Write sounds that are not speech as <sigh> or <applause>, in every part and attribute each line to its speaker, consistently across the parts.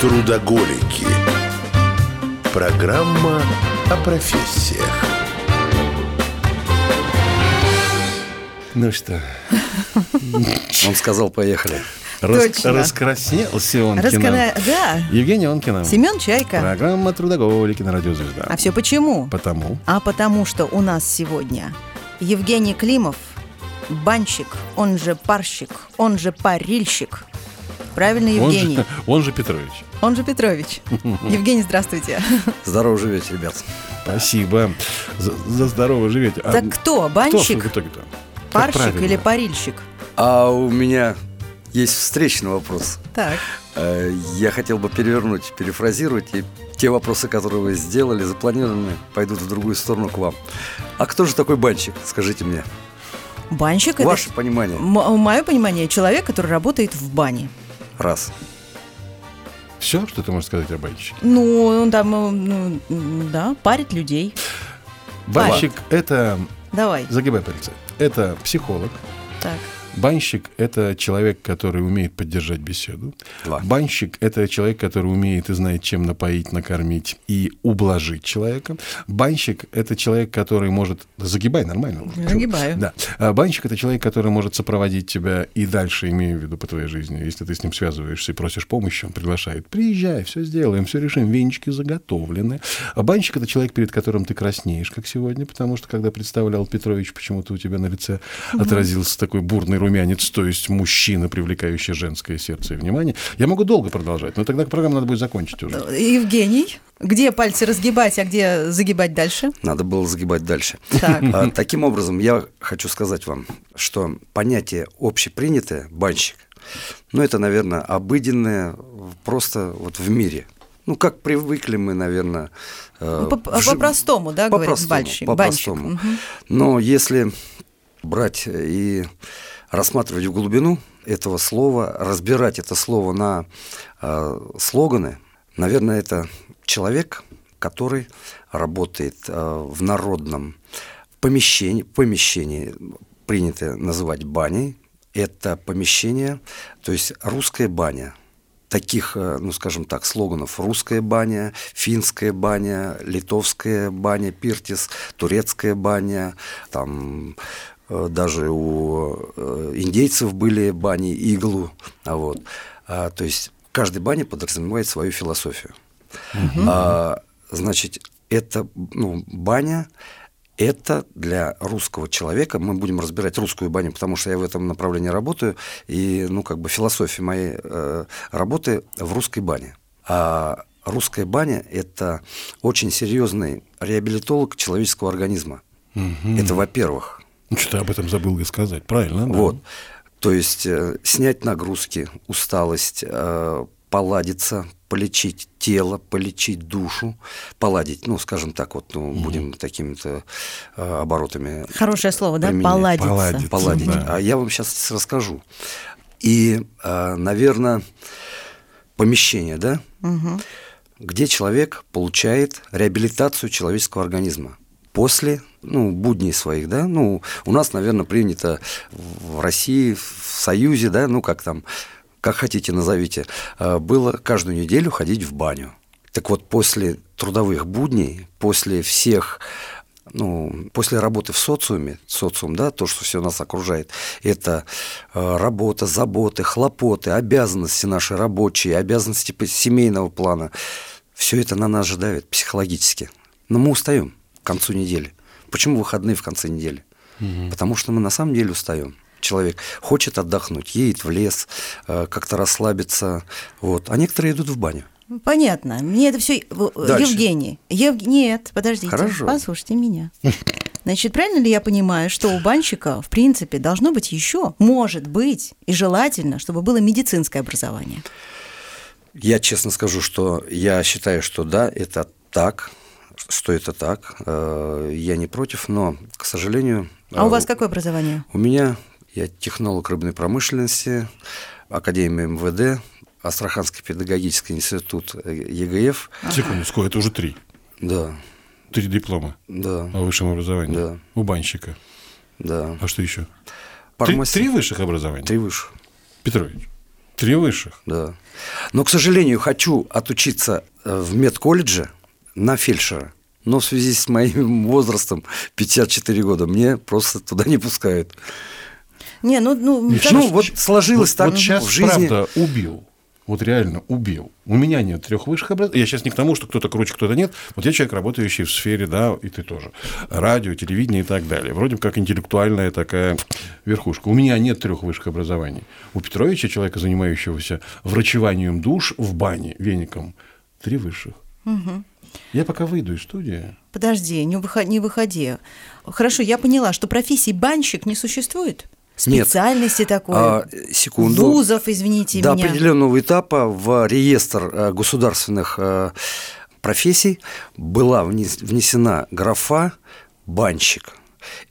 Speaker 1: Трудоголики. Программа о профессиях.
Speaker 2: Ну что,
Speaker 3: <laughs> Он сказал, поехали.
Speaker 2: рас-
Speaker 4: Точно.
Speaker 2: раскраснелся он
Speaker 4: Раскана... Да.
Speaker 2: Евгений Онкина.
Speaker 4: Семен Чайка.
Speaker 2: Программа «Трудоголики» на Радио Звезда.
Speaker 4: А все почему?
Speaker 2: Потому.
Speaker 4: А потому что у нас сегодня Евгений Климов, банщик, он же парщик, он же парильщик. Правильно,
Speaker 2: Он
Speaker 4: Евгений?
Speaker 2: же, <laughs> он же Петрович.
Speaker 4: Он
Speaker 2: <laughs>
Speaker 4: же Петрович. Евгений, здравствуйте.
Speaker 3: Здорово живете, ребят.
Speaker 2: Спасибо. За, за здорово живете. А
Speaker 4: Так кто,
Speaker 2: кто ж
Speaker 4: банщик,
Speaker 2: в итоге-то? Как
Speaker 4: парщик
Speaker 2: правильно?
Speaker 4: или парильщик?
Speaker 3: А у меня есть встречный вопрос.
Speaker 4: Так.
Speaker 3: Э, Я хотел бы перевернуть, перефразировать, и те вопросы, которые вы сделали, запланированы, пойдут в другую сторону к вам. А кто же такой банщик, скажите мне?
Speaker 4: Банщик это...
Speaker 3: Ваше понимание.
Speaker 4: Мое понимание, человек, который работает в бане.
Speaker 3: Раз.
Speaker 2: Все, что ты можешь сказать о банщике?
Speaker 4: Ну, он там, э, ну, м, да, парит людей.
Speaker 2: Банщик – это...
Speaker 4: Давай.
Speaker 2: Загибай пальцы. Это психолог.
Speaker 4: Так.
Speaker 2: Банщик – это человек, который умеет поддержать беседу.
Speaker 3: Два.
Speaker 2: Банщик – это человек, который умеет и знает, чем напоить, накормить и ублажить человека. Банщик – это человек, который может... Загибай нормально.
Speaker 4: Загибаю.
Speaker 2: Да. А банщик – это человек, который может сопроводить тебя и дальше, имею в виду, по твоей жизни. Если ты с ним связываешься и просишь помощи, он приглашает. Приезжай, все сделаем, все решим, венчики заготовлены. А банщик – это человек, перед которым ты краснеешь, как сегодня, потому что, когда представлял Петрович, почему-то у тебя на лице отразился такой бурный румянец, то есть мужчина, привлекающий женское сердце и внимание. Я могу долго продолжать, но тогда программу надо будет закончить уже.
Speaker 4: Евгений, где пальцы разгибать, а где загибать дальше?
Speaker 3: Надо было загибать дальше. <laughs>
Speaker 4: Так.
Speaker 3: А, Таким образом, я хочу сказать вам, что понятие общепринятое банщик, ну, это, наверное, обыденное просто вот в мире. Ну, как привыкли мы, наверное... э,
Speaker 4: Ну, по-
Speaker 3: в жи-
Speaker 4: по-простому, да, говорит банщик-
Speaker 3: по-простому.
Speaker 4: банщик, мгм.
Speaker 3: Но если брать и рассматривать в глубину этого слова, разбирать это слово на э, слоганы, наверное, это человек, который работает э, в народном помещении, помещении, принято называть баней, это помещение, то есть русская баня, таких, э, ну, скажем так, слоганов «русская баня», «финская баня», «литовская баня», «пиртис», «турецкая баня», там э, даже у э, индейцев были бани «иглу», а вот. А, то есть каждая баня подразумевает свою философию. А, значит, это ну, баня, это для русского человека, мы будем разбирать русскую баню, потому что я в этом направлении работаю, и ну, как бы философия моей э, работы в русской бане. А русская баня – это очень серьезный реабилитолог человеческого организма. Это во-первых.
Speaker 2: Ну, что-то об этом забыл и сказать, правильно? да?
Speaker 3: Вот. То есть э, снять нагрузки, усталость, э, поладиться, полечить тело, полечить душу, поладить, ну, скажем так, вот ну, будем такими-то э, оборотами
Speaker 4: Хорошее слово, да?
Speaker 3: Применение.
Speaker 4: Поладиться.
Speaker 2: Поладить.
Speaker 3: поладить.
Speaker 2: Да.
Speaker 3: А я вам сейчас расскажу. И, наверное, помещение, да, где человек получает реабилитацию человеческого организма после ну, будней своих, да, ну, у нас, наверное, принято в России, в Союзе, да, ну, как там, как хотите, назовите, э, было каждую неделю ходить в баню. Так вот, после трудовых будней, после всех ну, после работы в социуме, социум, да, то, что все нас окружает, это э, работа, заботы, хлопоты, обязанности наши рабочие, обязанности по- семейного плана. Все это на нас же давит психологически. Но мы устаем к концу недели. Почему выходные в конце недели? Потому что мы на самом деле устаем. Человек хочет отдохнуть, едет в лес, э, как-то расслабиться, вот. А некоторые идут в баню.
Speaker 4: Понятно. Мне это все...
Speaker 3: Дальше.
Speaker 4: Евгений. Ев- Нет, подождите.
Speaker 3: Хорошо. Хм.
Speaker 4: Послушайте меня.
Speaker 3: <laughs>
Speaker 4: Значит, правильно ли я понимаю, что у банщика, в принципе, должно быть еще, может быть, и желательно, чтобы было медицинское образование?
Speaker 3: Я честно скажу, что я считаю, что да, это так, что это так. Э, Я не против, но, к сожалению...
Speaker 4: А
Speaker 3: э,
Speaker 4: у вас какое образование?
Speaker 3: У меня, я технолог рыбной промышленности, Академия МВД, Астраханский педагогический институт э, ЕГФ.
Speaker 2: Секундочку, это уже три.
Speaker 3: Да,
Speaker 2: Три диплома
Speaker 3: да,
Speaker 2: о высшем образовании
Speaker 3: Да.
Speaker 2: у банщика.
Speaker 3: да.
Speaker 2: А что еще? Три,
Speaker 3: Фармасия-
Speaker 2: три высших образования?
Speaker 3: Три выше.
Speaker 2: Петрович. Три высших.
Speaker 3: Да. Но, к сожалению, хочу отучиться э, в медколледже на фельдшера. Но в связи с моим <laughs> возрастом 54 года мне просто туда не пускают.
Speaker 4: Не, ну, ну,
Speaker 2: И
Speaker 4: так-
Speaker 2: всё.
Speaker 3: Ну, вот сложилось так
Speaker 2: вот сейчас,
Speaker 3: в жизни.
Speaker 2: правда, убил. Вот реально убил. У меня нет трех высших образований. Я сейчас не к тому, что кто-то круче, кто-то нет. Вот я человек, работающий в сфере, да, и ты тоже. Радио, телевидение и так далее. Вроде как интеллектуальная такая верхушка. У меня нет трех высших образований. У Петровича, человека, занимающегося врачеванием душ в бане веником, три высших. Я пока выйду из студии.
Speaker 4: Подожди, не, выходи, не выходи. Хорошо, я поняла, что профессии банщик не существует.
Speaker 3: Нет.
Speaker 4: Специальности такой.
Speaker 3: А, секунду.
Speaker 4: Вузов, извините
Speaker 3: До
Speaker 4: меня.
Speaker 3: определенного этапа в реестр э, государственных э, профессий была внес- внесена графа банщик.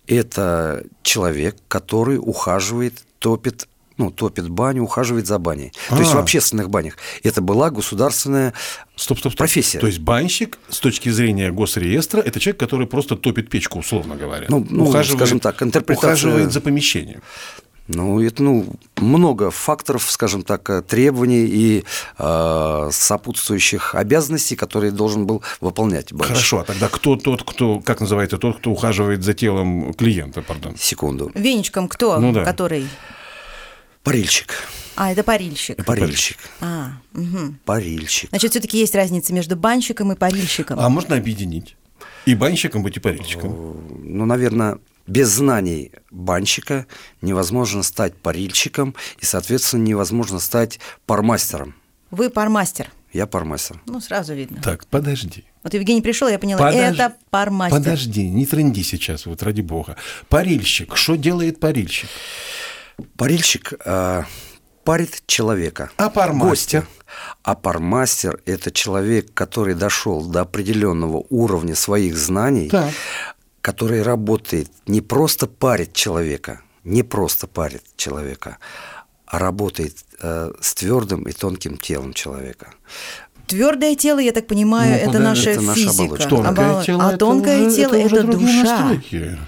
Speaker 3: Это человек, который ухаживает, топит, ну, топит баню, ухаживает за баней. То есть в
Speaker 2: А.
Speaker 3: общественных банях. Это была государственная
Speaker 2: Стоп, стоп, стоп.
Speaker 3: профессия.
Speaker 2: То есть банщик с точки зрения госреестра это человек, который просто топит печку, условно говоря.
Speaker 3: Ну, ну, скажем так, интерпретация-
Speaker 2: ухаживает за помещением.
Speaker 3: Ну, это ну, много факторов, скажем так, э, требований и э, сопутствующих обязанностей, которые должен был выполнять банщик.
Speaker 2: Хорошо, а тогда кто тот, кто, как называется, тот, кто ухаживает за телом клиента, пардон?
Speaker 3: Секунду.
Speaker 4: Веничком кто,
Speaker 2: Ну да.
Speaker 4: который?
Speaker 3: Парильщик.
Speaker 4: А, это парильщик.
Speaker 3: Парильщик.
Speaker 4: А, мгм.
Speaker 3: Парильщик.
Speaker 4: Значит, все-таки есть разница между банщиком и парильщиком.
Speaker 2: А можно объединить? И банщиком быть, и парильщиком.
Speaker 3: Ну, наверное, без знаний банщика невозможно стать парильщиком и, соответственно, невозможно стать пармастером.
Speaker 4: Вы пармастер.
Speaker 3: Я пармастер.
Speaker 4: Ну, сразу видно.
Speaker 2: Так, подожди.
Speaker 4: Вот Евгений пришел, я поняла,
Speaker 2: Подож-
Speaker 4: это пармастер.
Speaker 2: Подожди, не тренди сейчас, вот ради бога. Парильщик, что делает парильщик?
Speaker 3: Парильщик э, парит человека.
Speaker 2: А пармастер?
Speaker 3: Гостя. А пармастер – это человек, который дошел до определенного уровня своих знаний,
Speaker 2: Так.
Speaker 3: который работает не просто парит человека, не просто парит человека, а работает э, с твердым и тонким телом человека.
Speaker 4: Твердое тело, я так понимаю,
Speaker 2: Ну,
Speaker 4: это
Speaker 2: куда-
Speaker 4: наша
Speaker 3: это наша
Speaker 4: физика.
Speaker 3: оболочка.
Speaker 2: Тонкое
Speaker 4: Оболо-
Speaker 2: тело,
Speaker 4: а
Speaker 2: это
Speaker 4: тонкое
Speaker 2: уже-
Speaker 4: тело
Speaker 2: уже
Speaker 4: это,
Speaker 2: другие
Speaker 4: душа.
Speaker 2: настройки.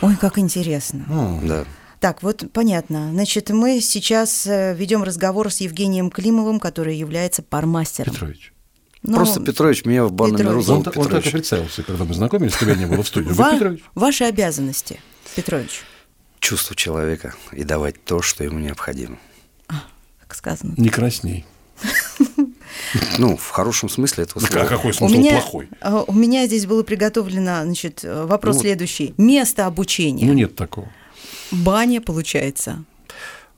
Speaker 4: Ой, как интересно.
Speaker 3: Да.
Speaker 4: Так, вот понятно. Значит, мы сейчас э, ведем разговор с Евгением Климовым, который является пармастером.
Speaker 2: Петрович.
Speaker 4: Ну,
Speaker 3: Просто Петрович меня в банном миру
Speaker 2: Он,
Speaker 4: Петрович.
Speaker 3: зовут
Speaker 2: та- он так и
Speaker 3: Петрович.
Speaker 2: представился, когда мы знакомились, тебя не было в студии. Вы
Speaker 4: ва-
Speaker 2: Петрович?
Speaker 4: Ваши обязанности, Петрович,
Speaker 3: Чувство человека и давать то, что ему необходимо.
Speaker 4: как сказано.
Speaker 2: Не красней.
Speaker 3: Ну, в хорошем смысле этого
Speaker 2: А
Speaker 3: слова.
Speaker 2: какой
Speaker 4: У
Speaker 2: смысл
Speaker 4: меня,
Speaker 2: плохой?
Speaker 4: э, у меня здесь было приготовлено значит, э, вопрос
Speaker 3: Ну,
Speaker 4: следующий. Место обучения.
Speaker 2: Ну, нет такого.
Speaker 4: Баня получается.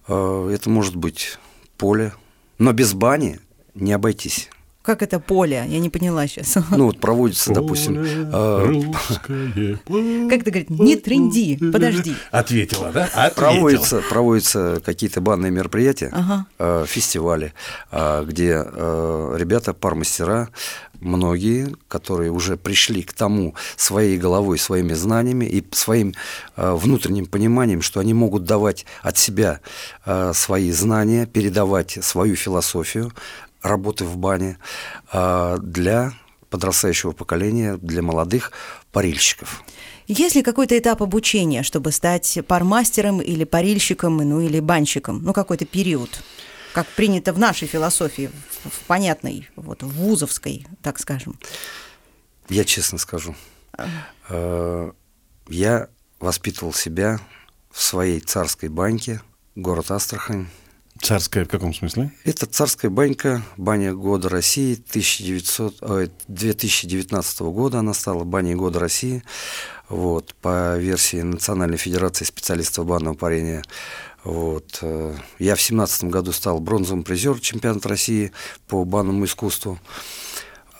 Speaker 3: Э, Это может быть поле, но без бани не обойтись.
Speaker 4: Как это поле? Я не поняла <laughs> сейчас.
Speaker 3: Ну, вот проводится, допустим,
Speaker 2: А,
Speaker 3: э,
Speaker 2: Ну, <laughs>
Speaker 4: Как ты говорит, не тренди, подожди.
Speaker 2: Ответила, да? Ответила.
Speaker 3: Проводятся, проводятся какие-то банные мероприятия,
Speaker 4: Ага.
Speaker 3: э, фестивали, э, где э, ребята, пармастера, многие, которые уже пришли к тому своей головой, своими знаниями и своим э, внутренним пониманием, что они могут давать от себя э, свои знания, передавать свою философию работы в бане э, для подрастающего поколения, для молодых парильщиков.
Speaker 4: Есть ли какой-то этап обучения, чтобы стать пармастером или парильщиком, ну или банщиком? Ну, какой-то период, как принято в нашей философии, в- в понятной, вот в вузовской, так скажем.
Speaker 3: Я честно скажу, э, я воспитывал себя в своей царской баньке, город Астрахань.
Speaker 2: Царская в каком смысле?
Speaker 3: Это царская банька, баня года России 1900, ой, 2019 года. Она стала баней года России. Вот, по версии Национальной Федерации специалистов банного парения. Вот. э, Я в 2017 году стал бронзовым призером чемпионата России по банному искусству.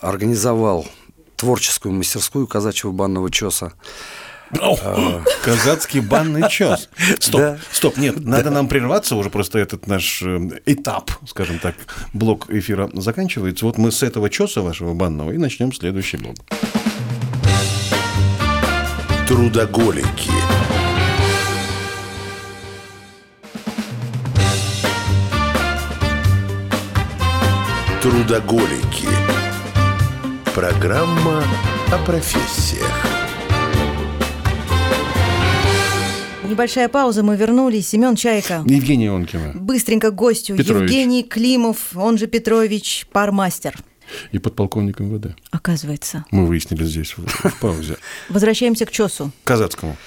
Speaker 3: Организовал творческую мастерскую казачьего банного чеса.
Speaker 2: О, А, Казацкий <laughs> банный час. Стоп,
Speaker 3: Да.
Speaker 2: стоп, нет, надо нам прерваться уже, просто этот наш э, этап, скажем так, блок эфира заканчивается. Вот мы с этого часа вашего банного и начнем следующий блок.
Speaker 4: А.
Speaker 1: Трудоголики. Трудоголики. Программа о профессиях.
Speaker 4: Небольшая пауза, мы вернулись. Семен Чайка.
Speaker 2: Евгения Онкина.
Speaker 4: Быстренько к гостю.
Speaker 2: Петрович.
Speaker 4: Евгений Климов, он же Петрович, пармастер.
Speaker 2: И подполковник МВД.
Speaker 4: Оказывается.
Speaker 2: Мы выяснили здесь в, в
Speaker 3: <laughs>
Speaker 2: паузе.
Speaker 4: Возвращаемся к ЧОСу.
Speaker 2: Казацкому.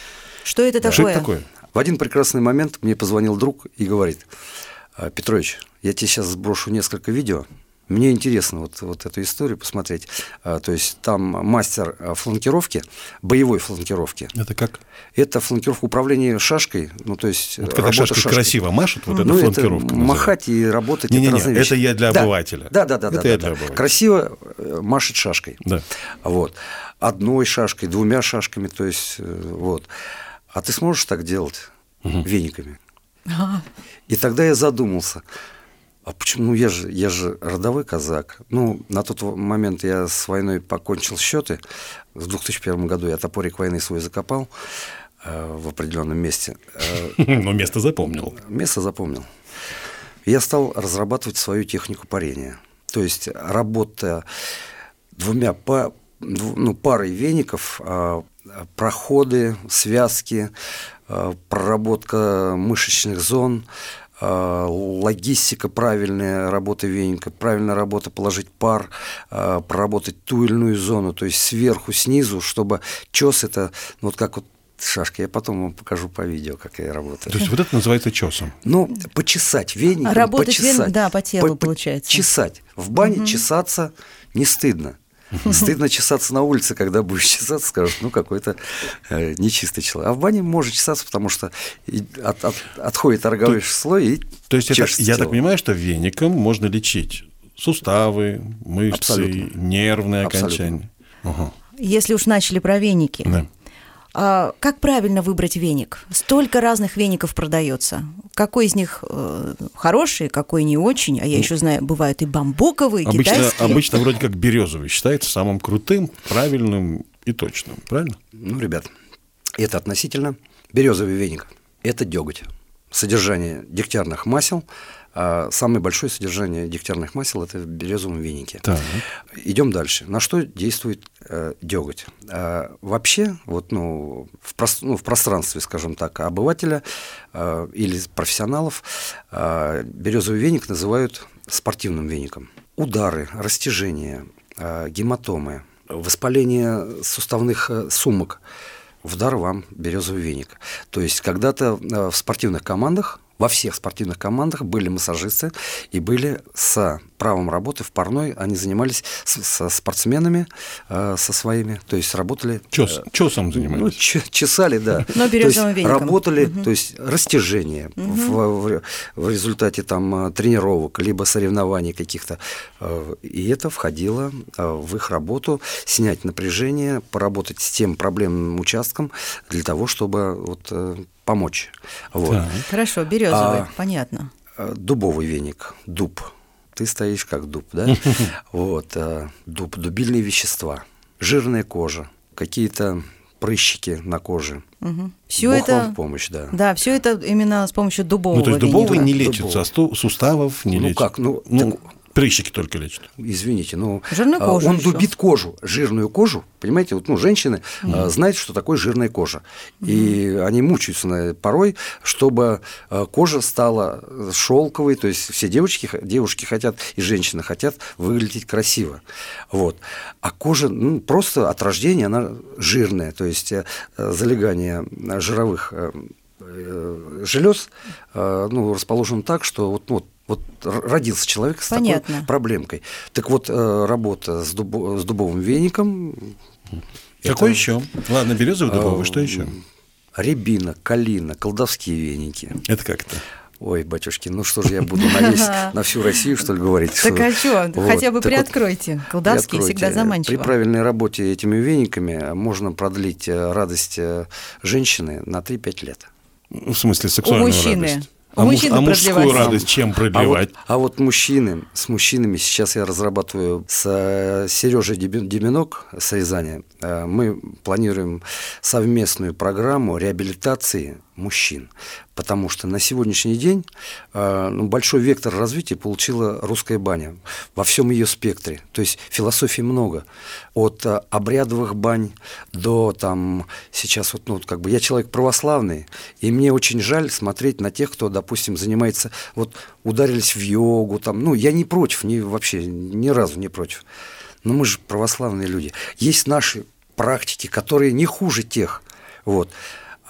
Speaker 4: Что это такое?
Speaker 2: Что это такое?
Speaker 3: В один прекрасный момент мне позвонил друг и говорит, «А, Петрович, я тебе сейчас сброшу несколько видео. Мне интересно вот, вот эту историю посмотреть. А, то есть там мастер а, фланкировки, боевой фланкировки.
Speaker 2: Это как?
Speaker 3: Это фланкировка управления шашкой, ну то есть
Speaker 2: Вот
Speaker 3: э,
Speaker 2: когда
Speaker 3: работа
Speaker 2: шашкой красиво машет, вот это
Speaker 3: Ну,
Speaker 2: фланкировка называется.
Speaker 3: махать и работать.
Speaker 2: Не-не-не,
Speaker 3: это разные
Speaker 2: это
Speaker 3: вещи.
Speaker 2: я для
Speaker 3: Да.
Speaker 2: обывателя.
Speaker 3: Да, да, да.
Speaker 2: Это
Speaker 3: да,
Speaker 2: я
Speaker 3: да,
Speaker 2: для
Speaker 3: да.
Speaker 2: обывателя.
Speaker 3: Красиво э, машет шашкой.
Speaker 2: Да.
Speaker 3: Вот. Одной шашкой, двумя шашками, то есть э, вот. А ты сможешь так делать вениками?
Speaker 4: А,
Speaker 3: И тогда я задумался, а почему, ну я же, я же родовой казак. Ну, на тот момент я с войной покончил счеты. В 2001 году я топорик войны свой закопал э, в определенном месте. Э,
Speaker 2: <laughs> Но место запомнил.
Speaker 3: Место запомнил. Я стал разрабатывать свою технику парения. То есть работа двумя па- дву- ну, парой веников, а, а, проходы, связки, а, проработка мышечных зон, а, логистика правильная работа веника, правильная работа положить пар, а, проработать ту или иную зону, то есть сверху, снизу, чтобы чес это, ну, вот как вот шашка, я потом вам покажу по видео, как я работаю.
Speaker 2: То есть вот это называется чесом.
Speaker 3: Ну, почесать веником,
Speaker 4: Работать
Speaker 3: почесать.
Speaker 4: вен- да, по телу получается.
Speaker 3: Чесать. В бане чесаться не стыдно. Стыдно чесаться на улице, когда будешь чесаться, скажут, ну, какой-то э, нечистый человек. А в бане можно чесаться, потому что и от- от- отходит роговой слой и
Speaker 2: То есть это,
Speaker 3: чешется
Speaker 2: я так
Speaker 3: тело.
Speaker 2: понимаю, что веником можно лечить суставы, мышцы,
Speaker 3: Абсолютно.
Speaker 2: нервные
Speaker 3: Абсолютно.
Speaker 2: окончания. Ага.
Speaker 4: Если уж начали про веники.
Speaker 2: Да.
Speaker 4: А, как правильно выбрать веник? Столько разных веников продается. Какой из них э, хороший, какой не очень? А я еще знаю, бывают и бамбуковые, и
Speaker 2: Ну, Обычно,
Speaker 4: китайские.
Speaker 2: обычно вроде как березовый считается самым крутым, правильным и точным. Правильно?
Speaker 3: Ну, ребят, это относительно. Березовый веник – это деготь. Содержание дегтярных масел, а самое большое содержание дегтярных масел – это в березовом венике.
Speaker 2: Так.
Speaker 3: Идем дальше. На что действует э, деготь? Э, вообще, вот, ну, в, прос- ну, в пространстве, скажем так, обывателя э, или профессионалов э, березовый веник называют спортивным веником. Удары, растяжения, э, гематомы, воспаление суставных э, сумок. В дар вам березовый веник. То есть когда-то э, в спортивных командах во всех спортивных командах были массажисты и были с правом работы в парной. Они занимались с- со спортсменами, э, со своими, то есть работали...
Speaker 2: Чес,
Speaker 3: э,
Speaker 2: чесом
Speaker 3: ну,
Speaker 2: занимались.
Speaker 3: че- чесали, да.
Speaker 4: Но
Speaker 3: То есть
Speaker 4: березовым веником.
Speaker 3: Работали, то есть растяжение в, в- в результате там э, тренировок, либо соревнований каких-то. Э, И это входило э, в их работу, снять напряжение, поработать с тем проблемным участком для того, чтобы вот, э, помочь. Вот.
Speaker 2: Так.
Speaker 4: Хорошо, березовые,
Speaker 3: А.
Speaker 4: понятно.
Speaker 3: Э, дубовый веник, дуб. Ты стоишь как дуб, да? Вот, э, дуб, дубильные вещества, жирная кожа, какие-то прыщики на коже.
Speaker 4: Все
Speaker 3: Бог
Speaker 4: это.
Speaker 3: вам в помощь, да.
Speaker 4: Да, все это именно с помощью дубового
Speaker 2: Ну, то есть
Speaker 4: веника.
Speaker 2: дубовый не
Speaker 3: Дубовый.
Speaker 2: лечит состу- суставов, не
Speaker 3: Ну,
Speaker 2: лечит.
Speaker 3: как, ну,
Speaker 2: прыщики только лечат.
Speaker 3: Извините, ну
Speaker 4: Жирную
Speaker 3: а,
Speaker 4: кожу
Speaker 3: он
Speaker 4: ещё.
Speaker 3: дубит кожу, жирную кожу, понимаете, вот ну женщины а, знают, что такое жирная кожа, и они мучаются на- порой, чтобы а, кожа стала э, шелковой, то есть все девочки х- девушки хотят и женщины хотят выглядеть красиво, вот, а кожа ну, просто от рождения она жирная, то есть э, э, залегание э, жировых э, э, желез, э, ну расположен так, что вот ну, вот вот р- родился человек с
Speaker 4: Понятно.
Speaker 3: такой проблемкой. Так вот, э, работа с, дубо- с дубовым веником,
Speaker 2: Какой еще? Ладно, березовый, дубовый,
Speaker 3: а,
Speaker 2: что еще?
Speaker 3: рябина, калина, колдовские веники.
Speaker 2: Это как это?
Speaker 3: Ой, батюшки, ну что же я буду
Speaker 4: <laughs>
Speaker 3: на, весь- на всю Россию, что ли, говорить?
Speaker 4: Так а чё?
Speaker 3: Вот,
Speaker 4: Хотя бы
Speaker 3: так вот,
Speaker 4: приоткройте. Колдовские
Speaker 3: приоткройте.
Speaker 4: всегда заманчиво.
Speaker 3: При правильной работе этими вениками можно продлить э, радость э, женщины на 3-5 лет.
Speaker 2: Ну, В смысле, сексуальную
Speaker 4: мужчины.
Speaker 2: радость.
Speaker 4: У
Speaker 2: а муж-
Speaker 4: мужчины
Speaker 2: а мужскую
Speaker 4: продлевать.
Speaker 2: радость чем
Speaker 3: А вот,
Speaker 2: продлевать?
Speaker 3: а вот мужчины, с мужчинами сейчас я разрабатываю с э, Сережей Деменок с Рязани. Э, Мы планируем совместную программу реабилитации мужчин. Потому что на сегодняшний день э, ну, большой вектор развития получила русская баня во всем ее спектре. То есть философий много. От э, обрядовых бань до там сейчас вот, ну, вот как бы я человек православный, и мне очень жаль смотреть на тех, кто, допустим, занимается, вот ударились в йогу, там, ну, я не против, ни, вообще ни разу не против. Но мы же православные люди. Есть наши практики, которые не хуже тех. Вот.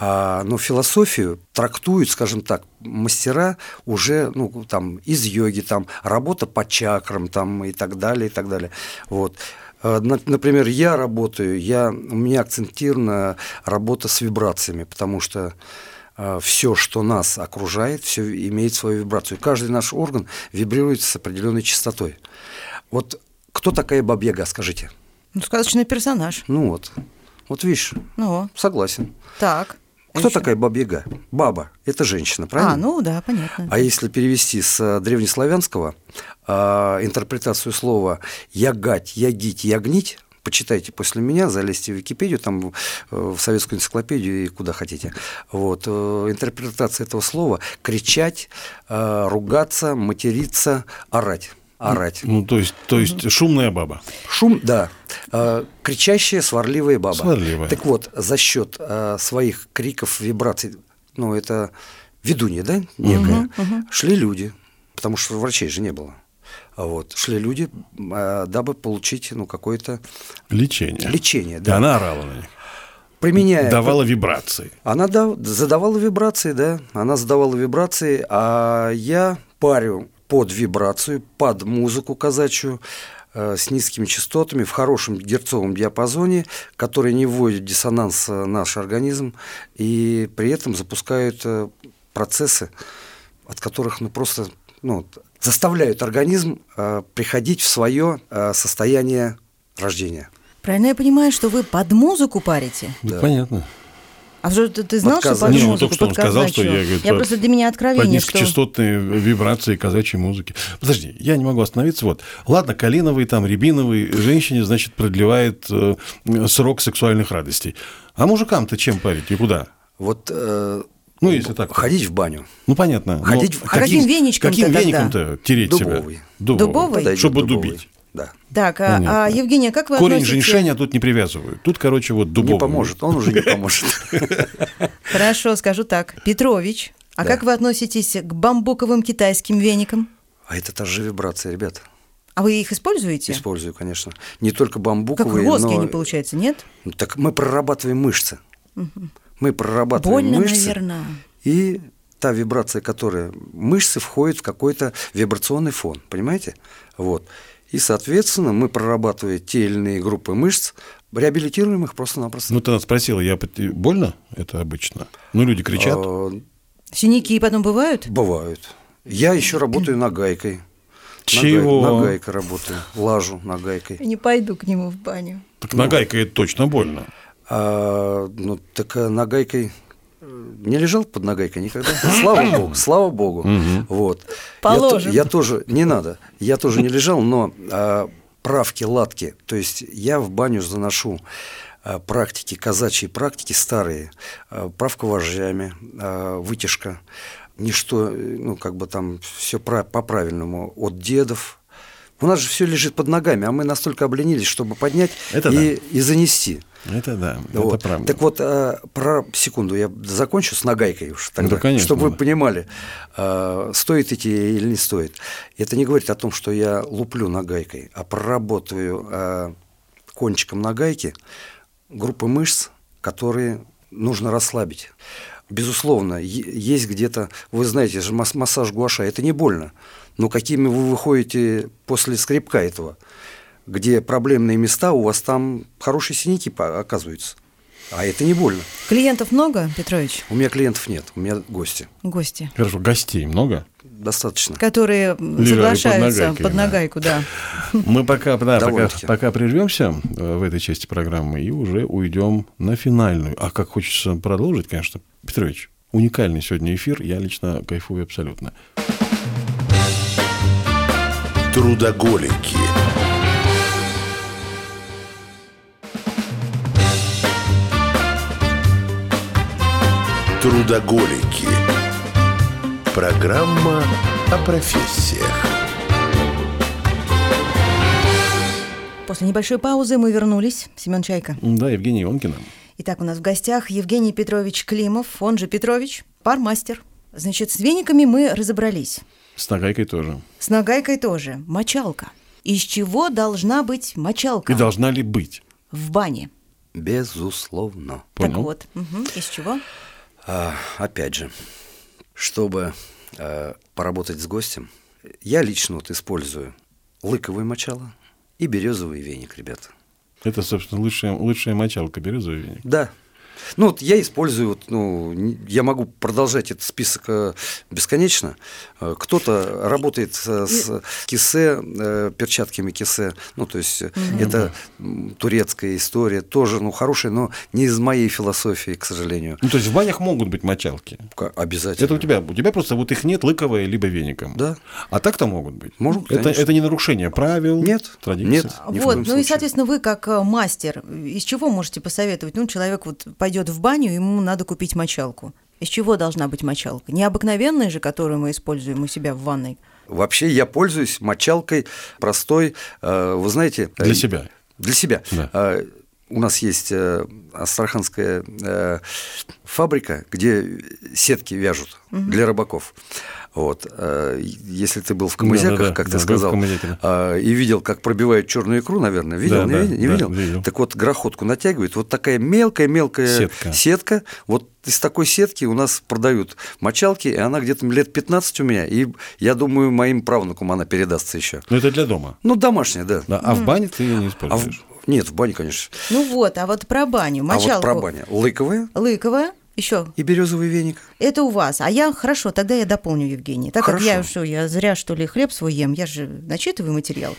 Speaker 3: А, но философию трактуют, скажем так, мастера уже ну, там, из йоги, там, работа по чакрам там, и так далее, и так далее. Вот. А, на- Например, я работаю, я, у меня акцентирована работа с вибрациями, потому что все, что нас окружает, все имеет свою вибрацию. Каждый наш орган вибрирует с определенной частотой. Вот кто такая Бабьяга, скажите?
Speaker 4: Ну, сказочный персонаж.
Speaker 3: Ну вот. Вот видишь,
Speaker 4: Ну,
Speaker 3: согласен.
Speaker 4: так.
Speaker 3: Кто
Speaker 4: Ещё.
Speaker 3: такая Бабьяга? Баба – это женщина, правильно?
Speaker 4: А, ну да, понятно.
Speaker 3: А если перевести с э, древнеславянского э, интерпретацию слова «ягать», «ягить», «ягнить», почитайте после меня, залезьте в Википедию, там э, в советскую энциклопедию и куда хотите. Вот. э, Интерпретация этого слова – кричать, э, ругаться, материться, орать. Орать.
Speaker 2: Ну, то есть, то есть шумная баба.
Speaker 3: Шум, да. Э, Кричащая, сварливая баба.
Speaker 2: Сварливая.
Speaker 3: Так вот, за счет э, своих криков, вибраций, ну, это ведунья, да, некая, шли люди, потому что врачей же не было. А Вот, шли люди, э, дабы получить, ну, какое-то
Speaker 2: Лечение.
Speaker 3: лечение,
Speaker 2: Да,
Speaker 3: да.
Speaker 2: она орала на них.
Speaker 3: Применяя...
Speaker 2: Давала вибрации.
Speaker 3: Она да- задавала вибрации, да, она задавала вибрации, а я парю под вибрацию, под музыку казачью, э, с низкими частотами, в хорошем герцовом диапазоне, который не вводит диссонанс э, наш организм, и при этом запускают э, процессы, от которых ну, просто ну, вот, заставляют организм э, приходить в свое э, состояние рождения.
Speaker 4: Правильно я понимаю, что вы под музыку парите?
Speaker 2: Да. понятно.
Speaker 4: А что ты, ты знал, что
Speaker 3: Подказать.
Speaker 4: под
Speaker 3: Не,
Speaker 4: музыку?
Speaker 3: ну,
Speaker 2: только что он сказал, что
Speaker 4: подказать
Speaker 2: я,
Speaker 4: чё?
Speaker 2: говорит,
Speaker 4: я
Speaker 2: под-
Speaker 4: просто для меня
Speaker 2: Под
Speaker 4: откровение, что...
Speaker 2: низкочастотные вибрации казачьей музыки. Подожди, я не могу остановиться. Вот. Ладно, Калиновый, там, Рябиновый женщине, значит, продлевает э, срок сексуальных радостей. А мужикам-то чем парить и куда?
Speaker 3: Вот, э,
Speaker 2: Ну, если так.
Speaker 3: Ходить в баню.
Speaker 2: Ну, понятно. но
Speaker 3: Ходить в- А
Speaker 4: каким веничком-то
Speaker 2: Каким
Speaker 4: тогда?
Speaker 2: веником-то тереть
Speaker 3: Дубовый.
Speaker 2: себя? Дубовый.
Speaker 4: Дубовый?
Speaker 3: Подойдет
Speaker 2: Чтобы
Speaker 3: дубовый.
Speaker 2: дубить.
Speaker 3: Да.
Speaker 4: Так, а,
Speaker 2: Понятно.
Speaker 4: а, Евгения, как вы
Speaker 2: Корень
Speaker 4: относитесь...
Speaker 2: женьшеня тут не привязывают. Тут, короче, вот дубовый.
Speaker 3: Не поможет, он уже
Speaker 2: <laughs>
Speaker 3: не поможет.
Speaker 4: Хорошо, скажу так. Петрович, а как вы относитесь к бамбуковым китайским веникам?
Speaker 3: А это та же вибрация, ребят.
Speaker 4: А вы их используете?
Speaker 3: Использую, конечно. Не только
Speaker 4: Как
Speaker 3: бамбуковые,
Speaker 4: воски
Speaker 3: но...
Speaker 4: они, получается, нет?
Speaker 3: Ну, Так мы прорабатываем мышцы. Мы прорабатываем
Speaker 4: Больно,
Speaker 3: мышцы.
Speaker 4: наверное.
Speaker 3: И та вибрация, которая... Мышцы входят в какой-то вибрационный фон, понимаете? Вот. И, соответственно, мы, прорабатывая те или иные группы мышц, реабилитируем их просто-напросто.
Speaker 2: Ну, ты нас спросила, я пот- больно это обычно? Ну, люди кричат.
Speaker 3: А,
Speaker 4: Синяки потом бывают?
Speaker 3: Бывают. Я еще работаю нагайкой.
Speaker 2: Чего?
Speaker 3: Нагай- Нагайкой работаю. Лажу нагайкой.
Speaker 4: Не пойду к нему в баню.
Speaker 2: Так нагайка это точно больно.
Speaker 3: А, ну, так э, нагайкой... э, Не лежал под нагайкой никогда? Слава богу, слава богу. Вот. Я то-
Speaker 4: Положим.
Speaker 3: Я, тоже... Не надо. Я тоже не лежал, но а, правки, латки. То есть я в баню заношу а, практики, казачьи практики старые. а, Правка вожжами, а, вытяжка. Ничто, э, ну, как бы там все по-правильному. От дедов. У нас же все лежит под ногами, а мы настолько обленились, чтобы поднять
Speaker 2: Это
Speaker 3: и, и занести.
Speaker 2: Это да,
Speaker 3: Вот.
Speaker 2: это правда.
Speaker 3: Так вот, э, про секунду, я закончу с нагайкой уж тогда,
Speaker 2: Да, Ну, конечно,
Speaker 3: чтобы вы
Speaker 2: да.
Speaker 3: понимали, э, стоит идти или не стоит. Это не говорит о том, что я луплю нагайкой, а проработаю э, кончиком нагайки группы мышц, которые нужно расслабить. Безусловно, е- есть где-то, вы знаете же, мас- массаж гуаша, это не больно, но какими вы выходите после скрипка этого, где проблемные места, у вас там хорошие синяки по- оказываются. А это не больно.
Speaker 4: Клиентов много, Петрович?
Speaker 3: У меня клиентов нет, у меня гости.
Speaker 4: Гости.
Speaker 2: Хорошо, гостей
Speaker 3: <laughs>
Speaker 2: много.
Speaker 3: Достаточно.
Speaker 4: Которые м,
Speaker 2: Лежали под
Speaker 4: соглашаются
Speaker 2: нагайкой,
Speaker 4: под
Speaker 2: да.
Speaker 4: нагайку, да.
Speaker 2: Мы пока, да, пока,
Speaker 3: Довольно-таки.
Speaker 2: пока прервемся э, в этой части программы и уже уйдем на финальную. А как хочется продолжить, конечно. Петрович, уникальный сегодня эфир. Я лично кайфую абсолютно.
Speaker 1: Трудоголики. Трудоголики. Трудоголики. Программа о профессиях.
Speaker 4: После небольшой паузы мы вернулись. Семен Чайка.
Speaker 2: Да, Евгений Ионкина.
Speaker 4: Итак, у нас в гостях Евгений Петрович Климов, он же Петрович, пармастер. Значит, с вениками мы разобрались.
Speaker 2: С нагайкой тоже.
Speaker 4: С нагайкой тоже. Мочалка. Из чего должна быть мочалка
Speaker 3: А.
Speaker 2: И должна ли быть?
Speaker 4: в бане?
Speaker 3: Безусловно.
Speaker 2: Понял.
Speaker 4: Так вот, мгм, из чего?
Speaker 3: А, опять же, чтобы э, поработать с гостем, я лично вот использую лыковое мочало и березовый веник, ребята.
Speaker 2: Это, собственно, лучшая, лучшая мочалка березовый веник.
Speaker 3: Да. Ну, вот я использую, вот, ну, не- я могу продолжать этот список э, бесконечно. Э, Кто-то работает э, с кисе, э, перчатками кисе, ну, то есть э, это м, турецкая история, тоже, ну, хорошая, но не из моей философии, к сожалению.
Speaker 2: Ну, то есть в банях могут быть мочалки.
Speaker 3: К- Обязательно.
Speaker 2: Это у тебя. У тебя просто вот их нет лыковая либо веником.
Speaker 3: Да.
Speaker 2: А так-то могут быть.
Speaker 3: Могут,
Speaker 2: это,
Speaker 3: конечно.
Speaker 2: это не нарушение правил.
Speaker 3: Нет,
Speaker 2: Традиций.
Speaker 3: нет. Ни в
Speaker 4: вот, ну
Speaker 3: коем
Speaker 4: и,
Speaker 3: случае.
Speaker 4: соответственно, вы как э, мастер, из чего можете посоветовать? Ну, человек вот пойдет в баню, ему надо купить мочалку. Из чего должна быть мочалка? Не обыкновенная же, которую мы используем у себя в ванной.
Speaker 3: Вообще я пользуюсь мочалкой простой, э, вы знаете... э,
Speaker 2: Для себя.
Speaker 3: Для себя.
Speaker 2: Да.
Speaker 3: Э, У нас есть э, астраханская э, фабрика, где сетки вяжут для рыбаков. Вот. э, Если ты был в Камызяках,
Speaker 2: Да-да-да,
Speaker 3: как
Speaker 2: да,
Speaker 3: ты
Speaker 2: был в
Speaker 3: сказал,
Speaker 2: Камызяке,
Speaker 3: э, и видел, как пробивают черную икру, наверное, видел, не,
Speaker 2: Да-да,
Speaker 3: ви- не
Speaker 2: да,
Speaker 3: видел?
Speaker 2: видел.
Speaker 3: Так вот, грохотку натягивает, вот такая мелкая-мелкая
Speaker 2: Сетка.
Speaker 3: сетка. Вот из такой сетки у нас продают мочалки, и она где-то лет 15 у меня, и я думаю, моим правнукам она передастся еще.
Speaker 2: Но это для дома.
Speaker 3: Ну, домашняя, да.
Speaker 2: Да, а в бане ты ее не
Speaker 3: А в-
Speaker 2: используешь.
Speaker 3: Нет, в бане, конечно.
Speaker 4: Ну вот, а вот про баню, мочалку.
Speaker 3: А вот про баня. Лыковая
Speaker 4: Лыковая, еще
Speaker 3: и березовый веник.
Speaker 4: Это у вас. А я хорошо, тогда я дополню, Евгений. Так как я
Speaker 3: Хорошо.
Speaker 4: что, я зря что ли хлеб свой ем, я же начитываю материал.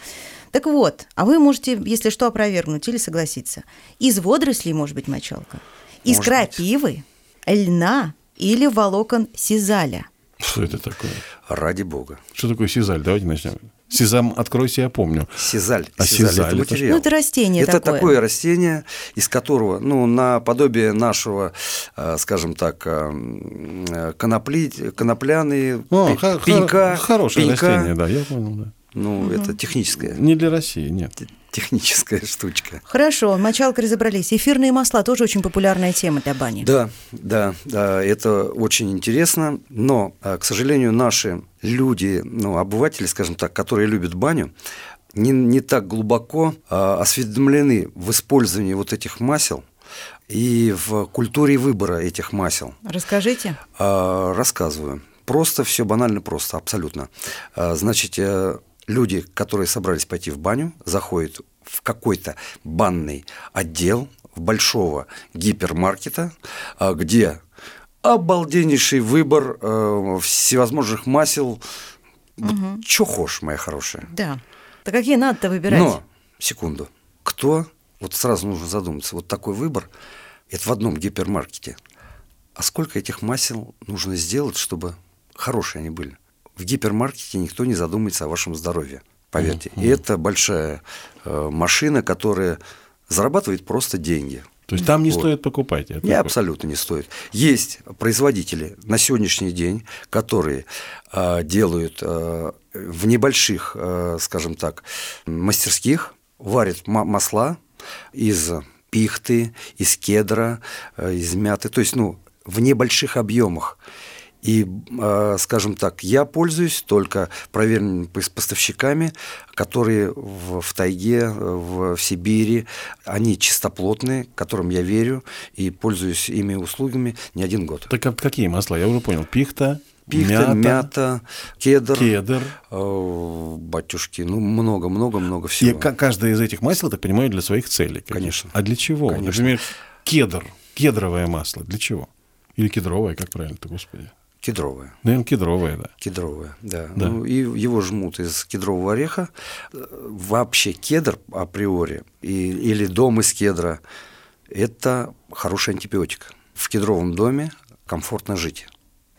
Speaker 4: Так вот, а вы можете, если что, опровергнуть или согласиться. Из водорослей может быть мочалка, из
Speaker 3: Может
Speaker 4: крапивы, льна или волокон сизаля.
Speaker 2: А <laughs> Что это такое?
Speaker 3: Ради бога.
Speaker 2: Что такое сизаль? Давайте начнем. Сизам, откройся, я помню.
Speaker 3: Сизаль.
Speaker 2: А сизаль это
Speaker 3: это материал.
Speaker 4: что? Ну, это растение
Speaker 3: Это
Speaker 4: такое.
Speaker 3: такое. растение, из которого, ну, наподобие нашего, э, скажем так, э, м, э, конопли, конопляны,
Speaker 2: О,
Speaker 3: пе-
Speaker 2: ха- ха-
Speaker 3: пенька.
Speaker 2: хорошее
Speaker 3: пенька.
Speaker 2: растение, да, я понял, да.
Speaker 3: Ну, это техническая, <laughs>
Speaker 2: Не для России, нет.
Speaker 3: те- техническая штучка.
Speaker 4: Хорошо, мочалка разобрались. Эфирные масла тоже очень популярная тема для бани.
Speaker 3: Да, да, да, это очень интересно, но, э, к сожалению, наши люди, ну, обыватели, скажем так, которые любят баню, не, не так глубоко э, осведомлены в использовании вот этих масел и в культуре выбора этих масел.
Speaker 4: Расскажите.
Speaker 3: А, Рассказываю. Просто все банально просто, абсолютно. А, Значит, э, люди, которые собрались пойти в баню, заходят в какой-то банный отдел большого гипермаркета, а, где обалденнейший выбор э, всевозможных масел. Вот чё хочешь, моя хорошая.
Speaker 4: Да. Да какие надо-то выбирать?
Speaker 3: Но, секунду, кто, вот сразу нужно задуматься, вот такой выбор, это в одном гипермаркете. А сколько этих масел нужно сделать, чтобы хорошие они были? В гипермаркете никто не задумается о вашем здоровье, поверьте. И это большая э, машина, которая зарабатывает просто деньги.
Speaker 2: То есть там не
Speaker 3: Вот.
Speaker 2: стоит покупать. это
Speaker 3: Не,
Speaker 2: такое.
Speaker 3: абсолютно не стоит. Есть производители на сегодняшний день, которые а, делают а, в небольших, а, скажем так, мастерских, варят ма- масла из пихты, из кедра, а, из мяты, то есть, ну, в небольших объемах. И, а, скажем так, я пользуюсь только проверенными пос- поставщиками, которые в, в тайге, в, в Сибири, они чистоплотные, которым я верю, и пользуюсь ими услугами не один год.
Speaker 2: Так а какие масла? Я уже понял. Пихта,
Speaker 3: Пихта, мята, кедр,
Speaker 2: кедр.
Speaker 3: э, батюшки, ну много-много-много
Speaker 2: И
Speaker 3: всего.
Speaker 2: ка- каждое из этих масел, я так понимаю, для своих целей. каких-то.
Speaker 3: Конечно.
Speaker 2: А для чего?
Speaker 3: Конечно.
Speaker 2: Например, кедр, кедровое масло. Для чего? Или кедровое, как правильно-то, господи.
Speaker 3: Кедровая.
Speaker 2: Наверное, кедровое, да.
Speaker 3: Кедровая, да.
Speaker 2: Да.
Speaker 3: Ну, и его жмут из кедрового ореха. Э, Вообще кедр априори и, или дом из кедра – это хороший антибиотик. В кедровом доме комфортно жить.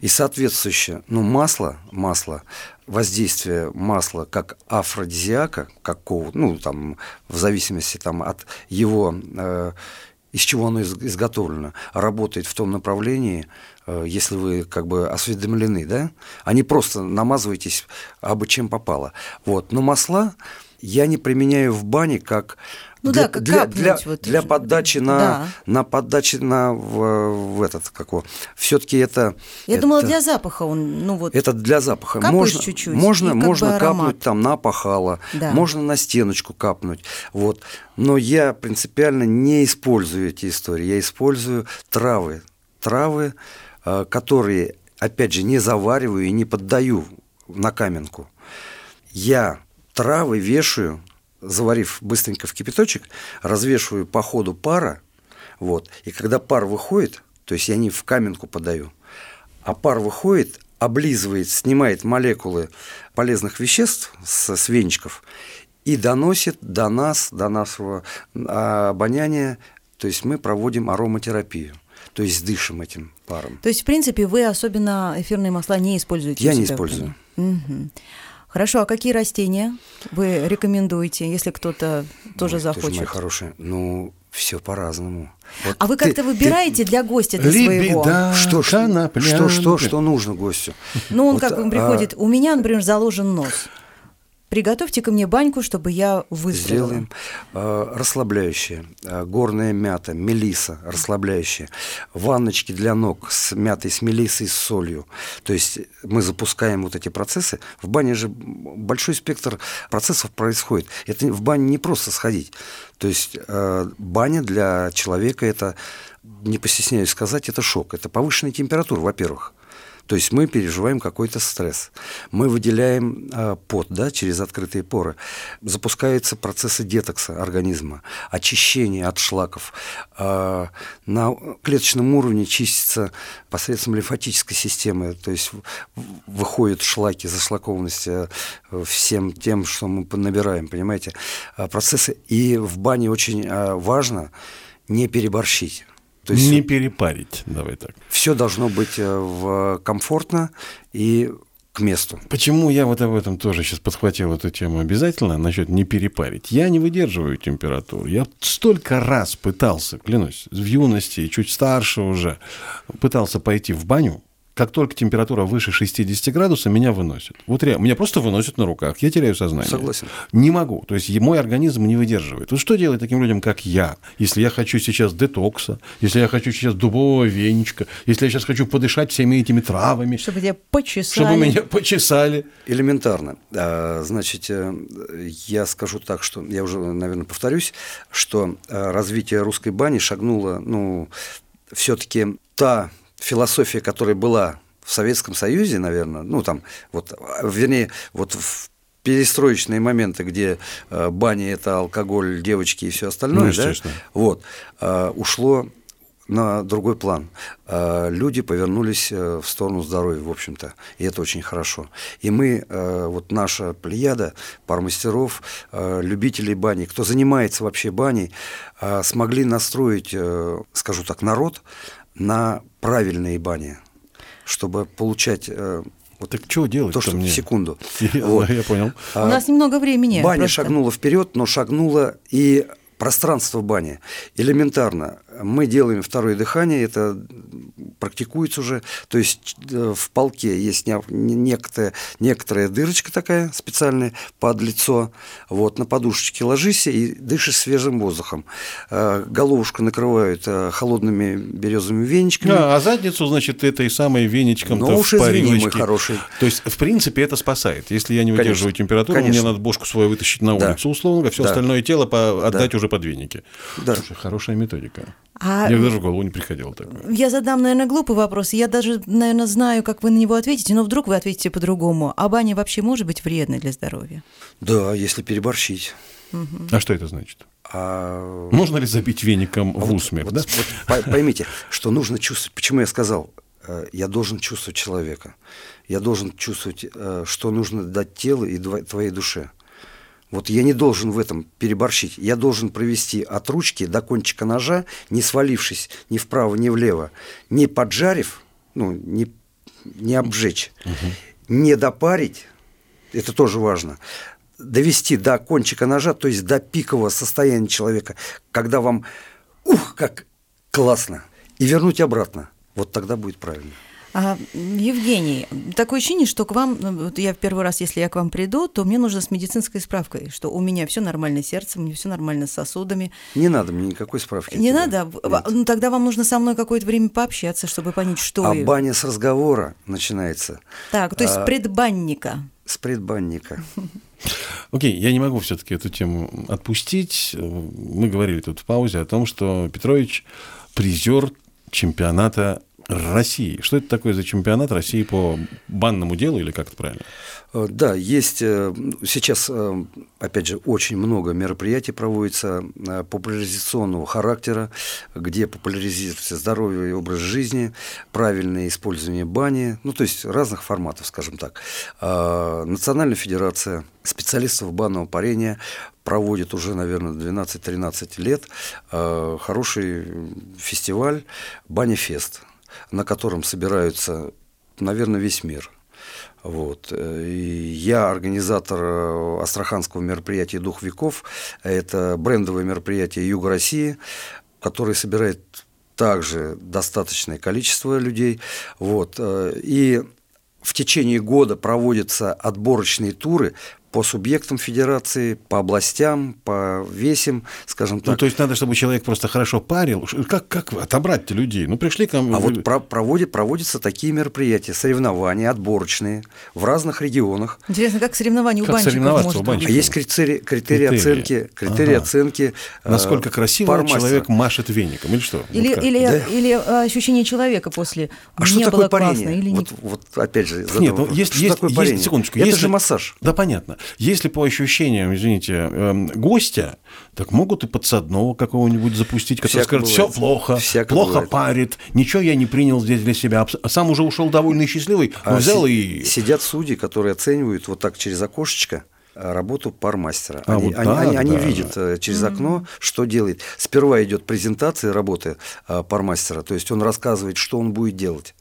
Speaker 3: И соответствующее, ну, масло, масло, воздействие масла как афродизиака, какого, ну, там, в зависимости там, от его э, из чего оно из- изготовлено, работает в том направлении, э, если вы как бы осведомлены, да, а не просто намазываетесь абы чем попало. Вот. Но масла я не применяю в бане как
Speaker 4: Ну
Speaker 3: для,
Speaker 4: да, как
Speaker 3: для,
Speaker 4: капнуть
Speaker 3: для-
Speaker 4: вот.
Speaker 3: для поддачи на,
Speaker 4: Да.
Speaker 3: на поддачи на в, в этот какого. Все-таки это
Speaker 4: Я
Speaker 3: это-
Speaker 4: думала, для запаха он, ну вот.
Speaker 3: это для запаха.
Speaker 4: Капаешь
Speaker 3: можно
Speaker 4: чуть-чуть, и
Speaker 3: можно,
Speaker 4: как бы
Speaker 3: можно
Speaker 4: аромат.
Speaker 3: капнуть там на опахало,
Speaker 4: Да.
Speaker 3: можно на стеночку капнуть. Вот. Но я принципиально не использую эти истории. Я использую травы. Травы, э, которые, опять же, не завариваю и не поддаю на каменку. Я травы вешаю, заварив быстренько в кипяточек, развешиваю по ходу пара, вот. И когда пар выходит, то есть я не в каменку подаю, а пар выходит, облизывает, снимает молекулы полезных веществ с, с венчиков и доносит до нас, до нашего а, обоняния, то есть мы проводим ароматерапию, то есть дышим этим паром.
Speaker 4: То есть, в принципе, вы особенно эфирные масла не используете?
Speaker 3: Я
Speaker 4: у
Speaker 3: не
Speaker 4: себя в доме?
Speaker 3: использую.
Speaker 4: Мгм. Хорошо, а какие растения вы рекомендуете, если кто-то тоже
Speaker 3: Ой, ты ж моя
Speaker 4: захочет?
Speaker 3: хорошая. Ну, все по-разному. Вот
Speaker 4: А вы
Speaker 3: ты-
Speaker 4: как-то
Speaker 3: ты-
Speaker 4: выбираете для гостя, для своего?
Speaker 2: Лебеда,
Speaker 3: Что, что,
Speaker 2: конопля.
Speaker 3: что, что, что нужно гостю?
Speaker 4: Ну, он
Speaker 3: Вот,
Speaker 4: как он
Speaker 3: а,
Speaker 4: приходит, у меня, например, заложен нос. Приготовьте ко мне баньку, чтобы я выздоровела.
Speaker 3: Сделаем э, расслабляющие. Э, Горная мята, мелиса расслабляющие. Ванночки для ног с мятой, с мелисой, с солью. То есть мы запускаем вот эти процессы. В бане же большой спектр процессов происходит. Это в бане не просто сходить. То есть э, баня для человека это, не постесняюсь сказать, это шок. Это повышенная температура, во-первых. То есть мы переживаем какой-то стресс. Мы выделяем э, пот да, через открытые поры. Запускаются процессы детокса организма, очищение от шлаков. Э, на клеточном уровне чистится посредством лимфатической системы. То есть в- выходят шлаки, зашлакованность э, всем тем, что мы набираем, понимаете. Э, Процессы. И в бане очень э, важно не переборщить. То есть
Speaker 2: Не перепарить, давай так.
Speaker 3: все должно быть э, в комфортно и к месту.
Speaker 2: Почему я вот об этом тоже сейчас подхватил эту тему обязательно, насчет не перепарить. Я не выдерживаю температуру. Я столько раз пытался, клянусь, в юности, и чуть старше уже, пытался пойти в баню, как только температура выше 60 градусов, меня выносит. Вот ре- меня просто выносит на руках, я теряю сознание.
Speaker 3: Согласен.
Speaker 2: Не могу. То есть е- мой организм не выдерживает. Вот что делать таким людям, как я, если я хочу сейчас детокса, если я хочу сейчас дубового веничка, если я сейчас хочу подышать всеми этими травами,
Speaker 4: Чтобы тебя почесали.
Speaker 2: чтобы меня почесали.
Speaker 3: Элементарно. А, Значит, э, я скажу так, что я уже, наверное, повторюсь, что э, развитие русской бани шагнуло, ну, все-таки та философия, которая была в Советском Союзе, наверное, ну там, вот, а, вернее, вот в перестроечные моменты, где э, бани это алкоголь, девочки и все остальное,
Speaker 2: Ну,
Speaker 3: да?
Speaker 2: естественно.
Speaker 3: вот, э, ушло на другой план. Э, Люди повернулись э, в сторону здоровья, в общем-то, и это очень хорошо. И мы, э, вот наша плеяда пармастеров, э, любителей бани, кто занимается вообще баней, э, смогли настроить, э, скажу так, народ на правильные бани, чтобы получать э, вот
Speaker 2: Так чего делать
Speaker 3: то, что
Speaker 2: мне?
Speaker 3: секунду.
Speaker 2: <laughs> Я,
Speaker 3: Вот.
Speaker 2: я понял.
Speaker 4: У нас немного времени.
Speaker 3: А, Баня
Speaker 4: просто.
Speaker 3: шагнула вперед, но шагнула и пространство бани. Элементарно. Мы делаем второе дыхание, это практикуется уже. То есть э, в полке есть не- не- некоторая, некоторая дырочка такая специальная под лицо. Вот, на подушечке ложись и дышишь свежим воздухом. Э, Головушку накрывают э, холодными березовыми веничками.
Speaker 2: А, а задницу, значит, этой самой веничком
Speaker 3: Ну
Speaker 2: то
Speaker 3: уж
Speaker 2: в
Speaker 3: извини, мой
Speaker 2: парилочке.
Speaker 3: хороший.
Speaker 2: То есть, в принципе, это спасает. Если я не
Speaker 3: Конечно,
Speaker 2: выдерживаю температуру, мне
Speaker 3: конечно.
Speaker 2: надо бошку свою вытащить на
Speaker 3: Да.
Speaker 2: улицу, условно говоря, все
Speaker 3: Да.
Speaker 2: остальное тело по- отдать уже под веники.
Speaker 3: Да.
Speaker 2: Слушай, хорошая методика.
Speaker 4: А-
Speaker 2: Я даже в голову не приходило такое.
Speaker 4: Я задам, наверное, глупый вопрос. Я даже, наверное, знаю, как вы на него ответите, но вдруг вы ответите по-другому. А баня вообще может быть вредной для здоровья?
Speaker 3: Да, если переборщить.
Speaker 2: А что это значит?
Speaker 3: А
Speaker 2: Можно ли забить веником в усмерть,
Speaker 3: Вот,
Speaker 2: да?
Speaker 3: вот пой- поймите, что нужно чувствовать. Почему я сказал, э, я должен чувствовать человека. Я должен чувствовать, э, что нужно дать телу и дво- твоей душе. Вот я не должен в этом переборщить. Я должен провести от ручки до кончика ножа, не свалившись ни вправо, ни влево, не поджарив, ну, не, не обжечь, не допарить, это тоже важно, довести до кончика ножа, то есть до пикового состояния человека, когда вам ух, как классно, и вернуть обратно. Вот тогда будет правильно.
Speaker 4: А, Евгений, такое ощущение, что к вам, ну, вот я в первый раз, если я к вам приду, то мне нужно с медицинской справкой, что у меня все нормально с сердцем, у меня все нормально с сосудами.
Speaker 3: Не надо мне никакой справки.
Speaker 4: Не
Speaker 3: от тебя.
Speaker 4: надо?
Speaker 3: Нет.
Speaker 4: Ну, тогда вам нужно со мной какое-то время пообщаться, чтобы понять, что...
Speaker 3: А
Speaker 4: и-
Speaker 3: баня с разговора начинается.
Speaker 4: Так, то есть
Speaker 3: А,
Speaker 4: предбанника.
Speaker 3: С предбанника.
Speaker 2: Окей, я не могу все-таки эту тему отпустить. Мы говорили тут в паузе о том, что Петрович призер чемпионата России. Что это такое за чемпионат России по банному делу или как это правильно?
Speaker 3: Э, Да, есть э, сейчас, э, опять же, очень много мероприятий проводится э, популяризационного характера, где популяризируется здоровье и образ жизни, правильное использование бани, ну то есть разных форматов, скажем так. Э, Национальная федерация специалистов банного парения проводит уже, наверное, 12-13 лет э, хороший э, фестиваль «Банифест», на котором собираются, наверное, весь мир. Вот. э, И я организатор э, астраханского мероприятия «Дух веков». Это брендовое мероприятие Юга России, которое собирает также достаточное количество людей. Вот. э, И в течение года проводятся отборочные туры по субъектам федерации, по областям, по весям, скажем так.
Speaker 2: Ну, то есть надо, чтобы человек просто хорошо парил. Ш- Как, как вы отобрать-то людей? Ну, пришли к нам...
Speaker 3: А
Speaker 2: вы-
Speaker 3: вот про- проводят, проводятся такие мероприятия, соревнования, отборочные в разных регионах.
Speaker 4: Интересно, как соревнование
Speaker 2: Как
Speaker 4: у банщиков
Speaker 2: соревноваться
Speaker 4: может
Speaker 2: у банщиков?
Speaker 3: А есть критерии, критерии,
Speaker 2: Критерии.
Speaker 3: оценки, критерии
Speaker 2: Ага.
Speaker 3: оценки. э,
Speaker 2: Насколько красиво
Speaker 3: пармастера.
Speaker 2: человек машет веником, или что?
Speaker 4: Или,
Speaker 2: Вот как?
Speaker 4: или,
Speaker 3: Ну, Да.
Speaker 4: или э, ощущение человека после
Speaker 3: А что
Speaker 4: «мне было
Speaker 3: такое
Speaker 4: классно»
Speaker 3: парение?
Speaker 4: или не-
Speaker 3: вот, вот опять же, задам
Speaker 2: Нет, ну,
Speaker 3: вопрос.
Speaker 2: есть,
Speaker 3: что
Speaker 2: есть-
Speaker 3: такое
Speaker 2: есть-
Speaker 3: парение?
Speaker 2: секундочку.
Speaker 3: Это
Speaker 2: если-
Speaker 3: же массаж.
Speaker 2: Да, понятно. Если по ощущениям, извините, эм, гостя, так могут и подсадного какого-нибудь запустить, который
Speaker 3: Всяко
Speaker 2: скажет, все
Speaker 3: бывает.
Speaker 2: плохо,
Speaker 3: Всяко
Speaker 2: плохо
Speaker 3: бывает.
Speaker 2: парит, ничего я не принял здесь для себя, абс- а сам уже ушел довольный и счастливый, но
Speaker 3: А
Speaker 2: Ну, взял
Speaker 3: си-
Speaker 2: и...
Speaker 3: Сидят судьи, которые оценивают вот так через окошечко э, работу пармастера.
Speaker 2: А,
Speaker 3: они,
Speaker 2: вот
Speaker 3: они-
Speaker 2: так,
Speaker 3: они- они
Speaker 2: да.
Speaker 3: видят э, через окно, что делает. Сперва идет презентация работы э, пармастера, то есть он рассказывает, что он будет делать.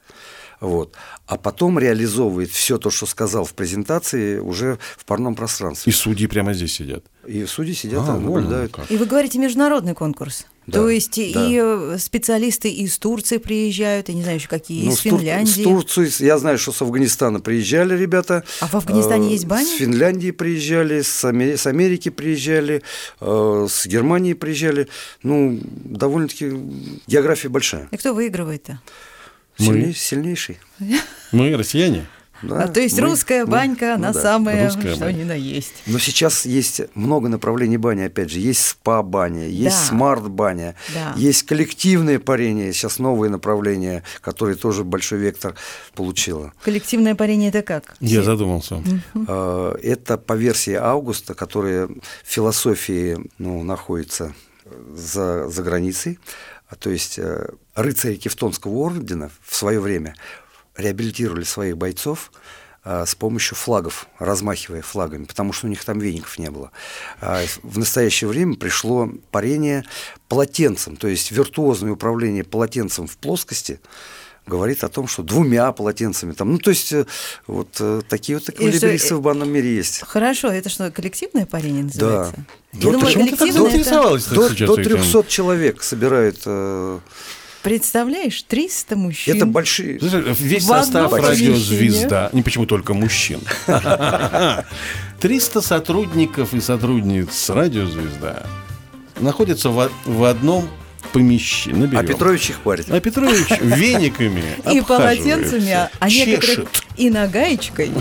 Speaker 3: Вот. А потом реализовывает все то, что сказал в презентации, уже в парном
Speaker 2: И
Speaker 3: пространстве.
Speaker 2: судьи прямо здесь сидят.
Speaker 3: И, судьи
Speaker 2: А,
Speaker 3: сидят, э,
Speaker 2: вон оно
Speaker 3: наблюдают.
Speaker 2: как.
Speaker 4: И вы говорите международный конкурс.
Speaker 3: Да,
Speaker 4: То есть
Speaker 3: да.
Speaker 4: и э, специалисты из Турции приезжают, я не знаю еще какие,
Speaker 3: Ну,
Speaker 4: из
Speaker 3: с Тур-
Speaker 4: Финляндии.
Speaker 3: С Турции, с- я знаю, что с Афганистана приезжали ребята. Э,
Speaker 4: А в Афганистане есть баня?
Speaker 3: С Финляндии приезжали, с, Аме- с Америки приезжали, э, с Германии приезжали. Ну, довольно-таки география большая.
Speaker 4: И кто выигрывает-то?
Speaker 2: Мы.
Speaker 3: Сильней- сильнейший.
Speaker 2: Мы россияне?
Speaker 3: Да,
Speaker 4: А, то есть
Speaker 3: мы-
Speaker 4: русская
Speaker 3: мы-
Speaker 4: банька,
Speaker 3: ну
Speaker 4: она
Speaker 3: да.
Speaker 4: самая,
Speaker 2: Русская
Speaker 4: что
Speaker 2: банька.
Speaker 4: ни на есть.
Speaker 3: Но сейчас есть много направлений бани, опять же. Есть спа-баня, есть
Speaker 4: Да.
Speaker 3: смарт-баня,
Speaker 4: Да.
Speaker 3: есть коллективное парение, сейчас новые направления, которые тоже большой вектор получило.
Speaker 4: Коллективное парение это как?
Speaker 2: Я задумался.
Speaker 3: Э, Это по версии Августа, которая в философии ну, находится за, за границей. А То есть э, рыцари Кевтонского ордена в свое время реабилитировали своих бойцов э, с помощью флагов, размахивая флагами, потому что у них там веников не было. А В настоящее время пришло парение полотенцем, то есть виртуозное управление полотенцем в плоскости говорит о том, что двумя полотенцами там, ну то есть э, вот э, такие вот
Speaker 4: И что,
Speaker 3: эквилибристы
Speaker 4: э,
Speaker 3: в банном мире есть.
Speaker 4: Хорошо, это что, коллективное парение называется?
Speaker 2: Вот
Speaker 4: Я думала,
Speaker 3: Ну,
Speaker 2: почему ты так
Speaker 4: коллективное это-
Speaker 2: заинтересовалась
Speaker 3: До,
Speaker 2: сейчас
Speaker 3: до
Speaker 2: этим?
Speaker 3: 300 человек собирают. э,
Speaker 4: Представляешь, 300 мужчин.
Speaker 3: это большие.
Speaker 2: Слушай, Весь
Speaker 4: В одном
Speaker 2: состав
Speaker 4: помещении.
Speaker 2: радиозвезда. Не почему только <laughs> мужчин. 300 сотрудников и сотрудниц радиозвезда находятся в, о- в одном помещении.
Speaker 3: А Петрович их парит.
Speaker 2: А Петрович вениками
Speaker 4: <laughs> И
Speaker 2: обхаживает
Speaker 4: полотенцами, а-
Speaker 2: всё,
Speaker 4: а некоторых <laughs>
Speaker 2: чешет.
Speaker 4: и нагаечкой.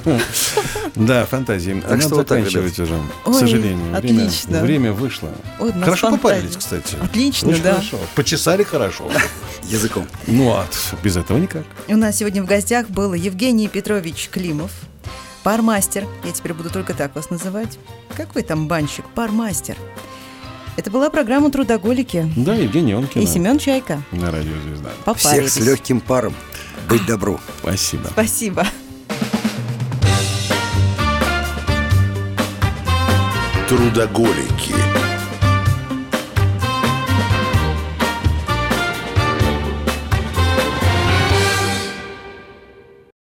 Speaker 2: Да, фантазии. Надо
Speaker 3: что вот так,
Speaker 2: заканчивать уже, к
Speaker 4: Ой,
Speaker 2: сожалению. Время-
Speaker 4: отлично.
Speaker 2: Время вышло.
Speaker 4: Ой, у нас
Speaker 2: Хорошо
Speaker 4: фантазия.
Speaker 2: попарились, кстати.
Speaker 4: Отлично,
Speaker 2: Очень
Speaker 4: да.
Speaker 2: хорошо. Почесали хорошо.
Speaker 3: Языком.
Speaker 2: Ну, а без этого никак.
Speaker 4: У нас сегодня в гостях был Евгений Петрович Климов, пармастер. Я теперь буду только так вас называть. Как вы там, банщик? Пармастер. Это была программа «Трудоголики»
Speaker 2: Да, Евгений Онкин.
Speaker 4: и Семен Чайка.
Speaker 2: На радиозвезда.
Speaker 3: Всех
Speaker 4: Попарились.
Speaker 3: с легким паром. Быть добру.
Speaker 2: Спасибо.
Speaker 4: Спасибо.
Speaker 1: Трудоголики.